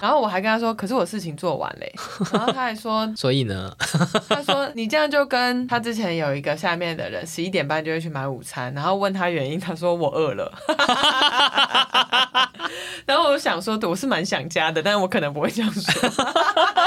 S2: 然后我还跟他说，可是我事情做完嘞。然后他还说，
S1: 所以呢，
S2: 他说你这样就跟他之前有一个下面的人十一点半就会去买午餐，然后问他原因，他说我饿了。 然后我想说，对，我是蛮想家的，但我可能不会这样说。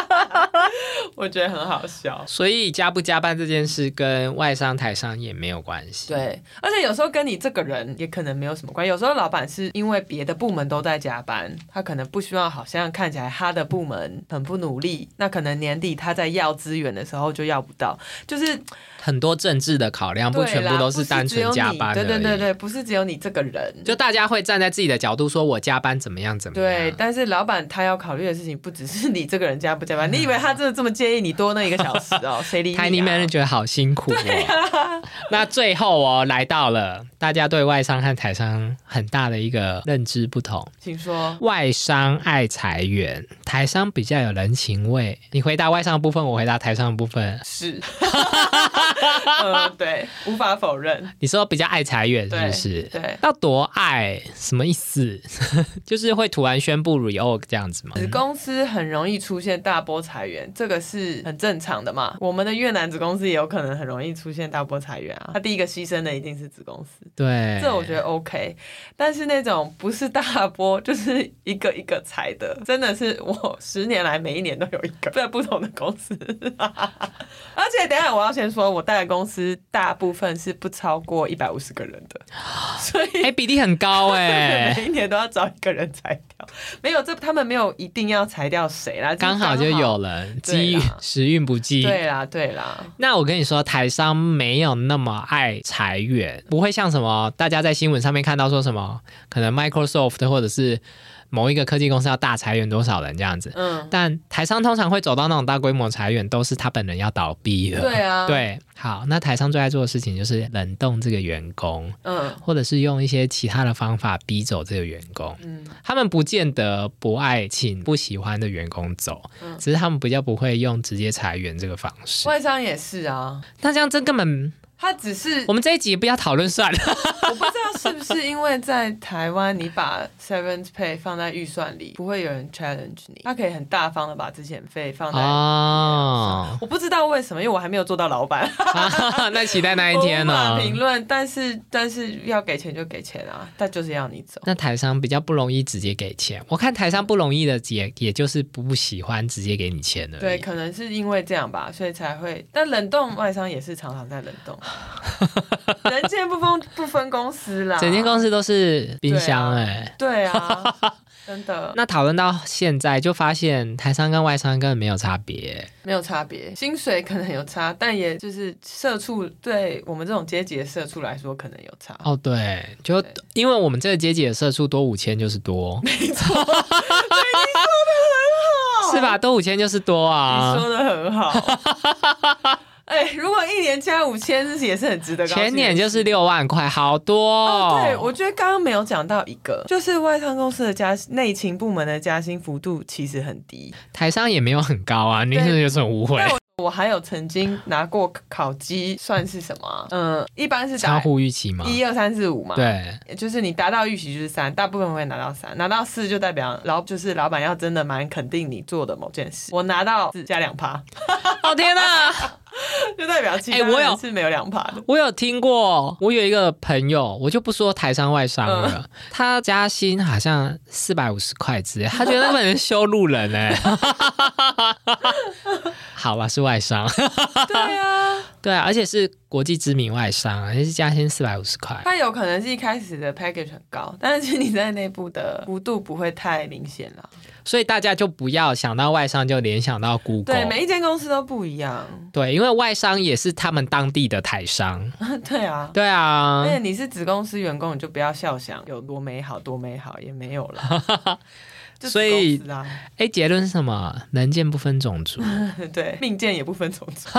S2: 我觉得很好笑。
S1: 所以加不加班这件事跟外商台商也没有关系。，
S2: 对，而且有时候跟你这个人也可能没有什么关系。有时候老板是因为别的部门都在加班，他可能不希望好像看起来他的部门很不努力，那可能年底他在要资源的时候就要不到，就是
S1: 很多政治的考量，
S2: 对
S1: 全
S2: 啦
S1: 部都
S2: 不是
S1: 单
S2: 只有
S1: 纯加
S2: 你
S1: 班而
S2: 对
S1: 已。
S2: 对对对，不是只有你这个人。
S1: 就大家会站在自己的角度说，我加班怎么样怎么
S2: 对
S1: 样。，，
S2: 但是老板他要考虑的事情不只是你这个人加不
S1: 嗯
S2: 加班，你以为他真的这么介意你多那一个小时 哦？谁理你、啊？啊
S1: 台泥们人觉得好辛苦哦。 那最后哦，来到了大家对外商和台商很大的一个认知不同。
S2: 请说。
S1: 外商爱裁员，台商比较有人情味。你回答外商的部分，我回答台商的部分。
S2: 是，嗯，对，无法否认，
S1: 你说比较爱裁员是
S2: 对，
S1: 不是？
S2: 对。
S1: 要多爱什么意思？ 就是会突然宣布 reorg 这样子吗？
S2: 子公司很容易出现大波裁员，这个是很正常的嘛。我们的越南子公司也有可能很容易出现大波裁员啊。他第一个牺牲的一定是子公司。
S1: 对，
S2: 这我觉得 OK，但是那种不是大波，就是一个一个裁 的，真的是我十年来每一年都有一个在不同的公司。 而且等一下我要先说，我带的公司大部分是不超过一百五十个人 的，所以
S1: 哎、比例很高 哎、
S2: 每一年都要找一个人裁掉。没有，这他们没有一定要裁掉谁啦，
S1: 刚好
S2: 好
S1: 就。有了，机遇
S2: 对啦
S1: 时运不济。
S2: 对啊啦，对啦，
S1: 那我跟你说，台商没有那么爱裁员，不会像什么大家在新闻上面看到说什么，可能 Microsoft 或者是某一个科技公司要大裁员多少人这样子。
S2: 嗯，
S1: 但台商通常会走到那种大规模裁员，都是他本人要倒闭了。
S2: 对啊，，
S1: 对好，那台商最爱做的事情就是冷冻这个员工，
S2: 嗯
S1: 或者是用一些其他的方法逼走这个员工。
S2: 嗯，
S1: 他们不见得不爱请不喜欢的员工走，
S2: 嗯
S1: 只是他们比较不会用直接裁员这个方式。
S2: 外商也是啊，
S1: 那这样真根本，
S2: 他只是
S1: 我们这一集不要讨论算 了。
S2: 我不知道是不是因为在台湾，你把 severance pay 放在预算里，不会有人 challenge 你，他可以很大方的把之前费放在。
S1: 啊哦，
S2: 我不知道为什么，因为我还没有做到老板。
S1: 啊那期待那一天啊
S2: 我
S1: 呢
S2: 无法？评论，但是但是要给钱就给钱啊，但就是要你走。
S1: 那台商比较不容易直接给钱，我看台商不容易的也也就是不喜欢直接给你钱的。
S2: 对，，可能是因为这样吧，所以才会。但冷冻外商也是常常在冷冻，啊人间不分不分公司啦，
S1: 整间公司都是冰箱哎、
S2: 啊 对啊，真的
S1: 那讨论到现在，就发现台商跟外商根本没有差别。
S2: 没有差别，薪水可能有差，但也就是社畜对我们这种阶级的社畜来说可能有差。
S1: 哦，对，就
S2: 对
S1: 因为我们这个阶级的社畜多五千就是多，是吧？多五千就是多
S2: 哦你
S1: 啊。
S2: 说的 很好。哎、如果一年加五千，也是很值得高兴的。
S1: 前年就是六万块，好多、哦
S2: 哦，对，我觉得刚刚没有讲到一个，就是外商公司的加内勤部门的加薪幅度其实很低。
S1: 台商也没有很高啊，你
S2: 对
S1: 是有什么误会
S2: 但？我还有曾经拿过烤鸡，算是什么啊？嗯，一般是
S1: 超
S2: 打
S1: 乎预啊期吗？
S2: 一二啊三四五嘛。。
S1: 对，
S2: 就是你达到预期就是三，大部分会拿到三，拿到四就代表老就是老板要真的蛮肯定你做的某件事。我拿到四加两趴，
S1: 哦天哪！
S2: 就代表其他
S1: 哎我有
S2: 人是没有两趴 的。
S1: 我有听过，我有一个朋友，我就不说台商外商了，
S2: 嗯
S1: 他加薪好像四百五十块之类，他觉得那个人羞辱人哎、 好吧，是外商，
S2: 对啊，
S1: 对啊，而且是国际知名外商，而且是加薪四百五十块。啊
S2: 它有可能是一开始的 package 很高，但是其实你在内部的幅度不会太明显啦。
S1: 所以大家就不要想到外商就联想到 Google，
S2: 对，每一间公司都不一样。
S1: 对因为外商也是他们当地的台 商，
S2: 对啊。
S1: 对啊
S2: 而，且你是子公司员工，你就不要笑想有多美好，多美好也没有了。 就子
S1: 所以
S2: 公司啊，
S1: 哎，结论是什么？人见不分种族，
S2: 对，命贱也不分种族。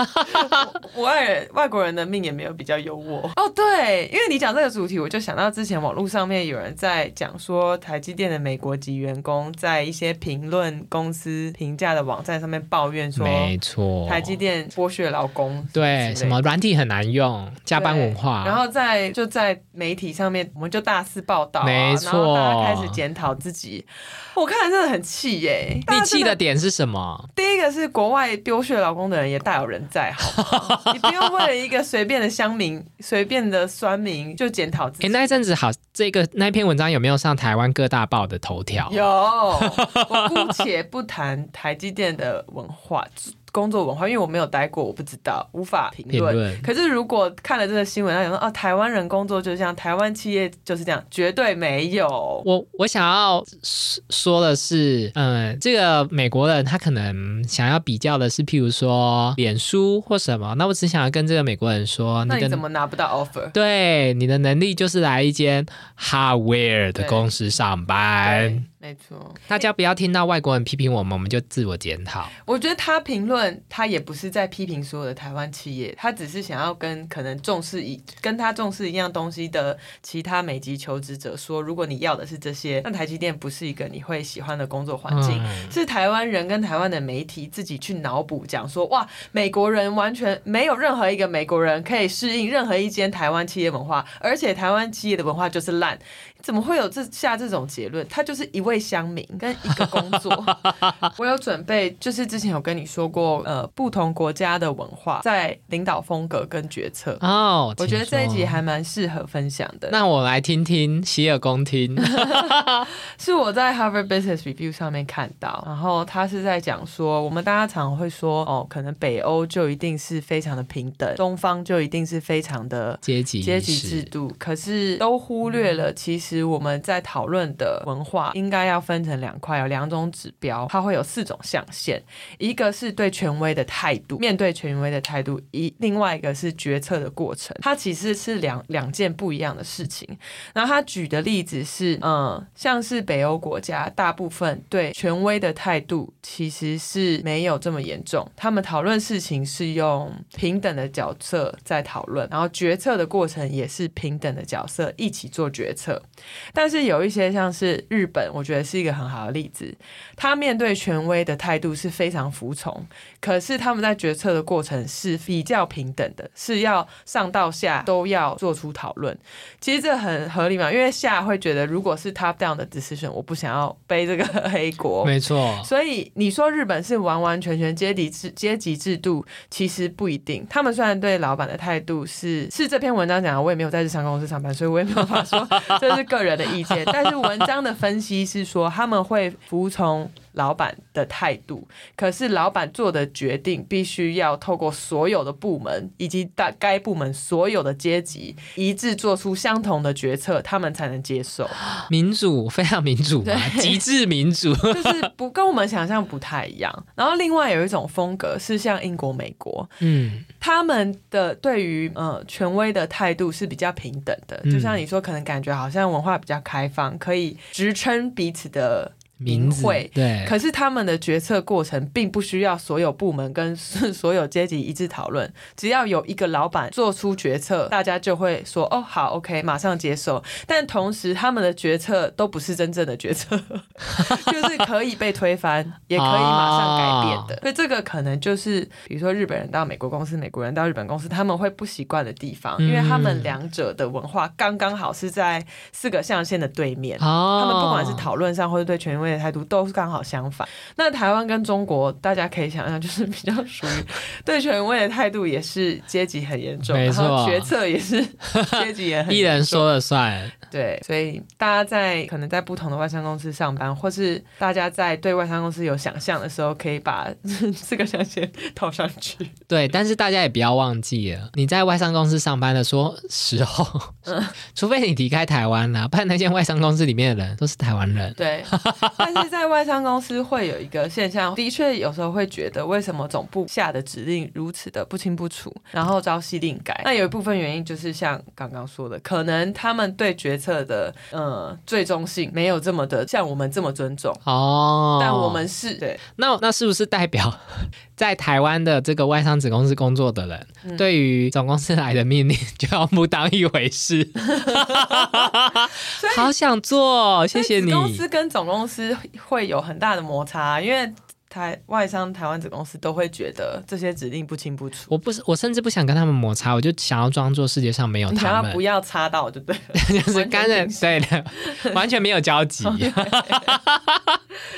S2: 我外人外国人的命也没有比较优渥哦。对，因为你讲这个主题，我就想到之前网络上面有人在讲说，台积电的美国籍员工在一些评论公司评价的网站上面抱怨 说，
S1: 没错，
S2: 台积电剥削劳工，
S1: 对，什么软体很难用，加班文化，
S2: 然后在就在媒体上面，我们就大肆报道、啊，
S1: 没
S2: 然后大
S1: 错
S2: 家开始检讨自己。我看了真的很气耶、
S1: 你
S2: 大家真
S1: 气的点是什么？
S2: 第一个是国外丢血老公的人也大有人 在，好吗？你不用为了一个随便的乡民、随便的酸民就检讨自
S1: 哎，
S2: 己。
S1: 那一阵子好，这个那篇文章有没有上台湾各大报的头条？
S2: 有，我姑且不谈台积电的文化、工作文化，因为我没有待过，我不知道，无法评
S1: 评
S2: 论。
S1: 论
S2: 可是如果看了这个新闻，他想说哦，台湾人工作就是这样，台湾企业就是这样，绝对没有。
S1: 我我想要说说的是，嗯，这个美国人他可能想要比较的是，譬如说脸书或什么。那我只想要跟这个美国人说，
S2: 那
S1: 你
S2: 你
S1: 的
S2: 怎么拿不到 offer？
S1: 对你的能力就是来一间 hardware 的
S2: 对
S1: 公司上班
S2: 对。，没错。
S1: 大家不要听到外国人批评我们，我们就自我检讨。
S2: 我觉得他评论，他也不是在批评所有的台湾企业，他只是想要跟可能重视一跟他重视一样东西的其他美籍求职者说，如果你要的是这些，那台积电不是一个你会喜欢的工作环境。
S1: 嗯
S2: 是台湾人跟台湾的媒体自己去脑补，讲说哇，美国人完全没有任何一个美国人可以适应任何一间台湾企业文化，而且台湾企业的文化就是烂，怎么会有这下这种结论？他就是一位乡民跟一个工作。我有准备，就是之前有跟你说过，呃，不同国家的文化在领导风格跟决策，
S1: 哦，
S2: 我觉得
S1: 请说
S2: 这一集还蛮适合分享的。
S1: 那我来听听洗耳恭 听。
S2: 是我在 Harvard Business Review 上面看到，然后他是在讲说，我们大家常会说，哦，可能北欧就一定是非常的平等，东方就一定是非常的
S1: 阶级
S2: 阶
S1: 意
S2: 级
S1: 识
S2: 制度，可是都忽略了，其实我们在讨论的文化应该要分成两块，有两种指标，它会有四种象限，一个是对权威的态度，面对权威的态度；一另外一个是决策的过程，它其实是两两件不一样的事情。然后他举的例子是，嗯，像是北欧国家，大部分对权威的态度其实是没有这么严重，他们讨论事情是用平等的角色在讨论，然后决策的过程也是平等的角色一起做决策。但是有一些像是日本，我觉得是一个很好的例子，他面对权威的态度是非常服从，可是他们在决策的过程是比较平等的，是要上到下都要做出讨论。其实这很合理嘛，因为下会觉得如果是 top down 的 decision，我不想要背这个黑锅。
S1: 没错，
S2: 所以你说日本是完完全全阶级制阶级制度，其实不一定。他们虽然对老板的态度是是这篇文章讲的，我也没有在日商公司上班，所以我也没有 办法说这是个人的意见。但是文章的分析是说他们会服从老板的态度，可是老板做的决定必须要透过所有的部门以及大该部门所有的阶级一致做出相同的决策，他们才能接受，
S1: 民主非常民主嘛，
S2: 对
S1: 极致民主。
S2: 就是不跟我们想象不太一样。然后另外有一种风格是像英国、美国，
S1: 嗯
S2: 他们的对于呃权威的态度是比较平等的，
S1: 嗯
S2: 就像你说，可能感觉好像文化比较开放，可以支撑彼此的。名
S1: 名字
S2: 讳
S1: 对，
S2: 可是他们的决策过程并不需要所有部门跟 所有阶级一致讨论，只要有一个老板做出决策，大家就会说哦好，OK，马上接受。但同时，他们的决策都不是真正的决策， 就是可以被推翻，也可以马上改变的。
S1: 啊
S2: 所以这个可能就是，比如说日本人到美国公司，美国人到日本公司，他们会不习惯的地方，因为他们
S1: 嗯
S2: 两者的文化刚刚好是在四个象限的对面。
S1: 哦，
S2: 他们不管是讨论上或者对权威的态度，都是刚好相反。那台湾跟中国，大家可以想象，就是比较属于对权威的态度也是阶级很严重，
S1: 没
S2: 然
S1: 错
S2: 后决策 也是阶级也很
S1: 一人说了算，
S2: 对，所以大家在可能在不同的外商公司上班，或是大家在对外商公司有想象的时候，可以把 这个象限套上去。
S1: 对，但是大家也不要忘记了，你在外商公司上班的说时候，
S2: 嗯
S1: 除非你离开台湾啦、不然那间外商公司里面的人都是台湾人。
S2: 对，但是在外商公司会有一个现象，的确有时候会觉得为什么总部下的指令如此的不清不楚，然后朝夕令改。那有一部分原因就是像刚刚说的，可能他们对决策的呃最终性没有这么的像我们这么尊重，
S1: 哦，
S2: 但我们是对
S1: 那那是不是代表 在台湾的这个外商子公司工作的人，
S2: 嗯
S1: 对于总公司来的命令就要不当一回事？ 好想做，谢谢
S2: 所以子公
S1: 你。
S2: 司跟总公司会有很大的摩擦，因为台外商台湾子公司都会觉得这些指令不清不楚，
S1: 我不是，我甚至不想跟他们摩擦，我就想要装作世界上没有
S2: 你想
S1: 他
S2: 要
S1: 们
S2: 不，要插到就对了，
S1: 就是
S2: 完全
S1: 干人
S2: 平行
S1: 对 的，完全没有交集。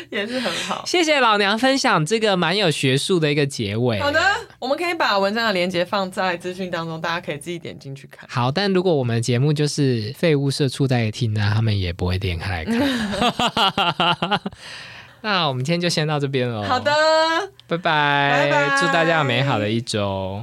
S2: 也是很好。
S1: 谢谢老娘分享这个蛮有学术的一个结尾。
S2: 好的，我们可以把文章的链接放在资讯当中，大家可以自己点进去看。
S1: 好，但如果我们的节目就是废物社畜在听呢，他们也不会点开来 看。 那我们今天就先到这边喽。
S2: 好的，
S1: 拜拜，
S2: 拜拜
S1: 祝大家有美好的一周。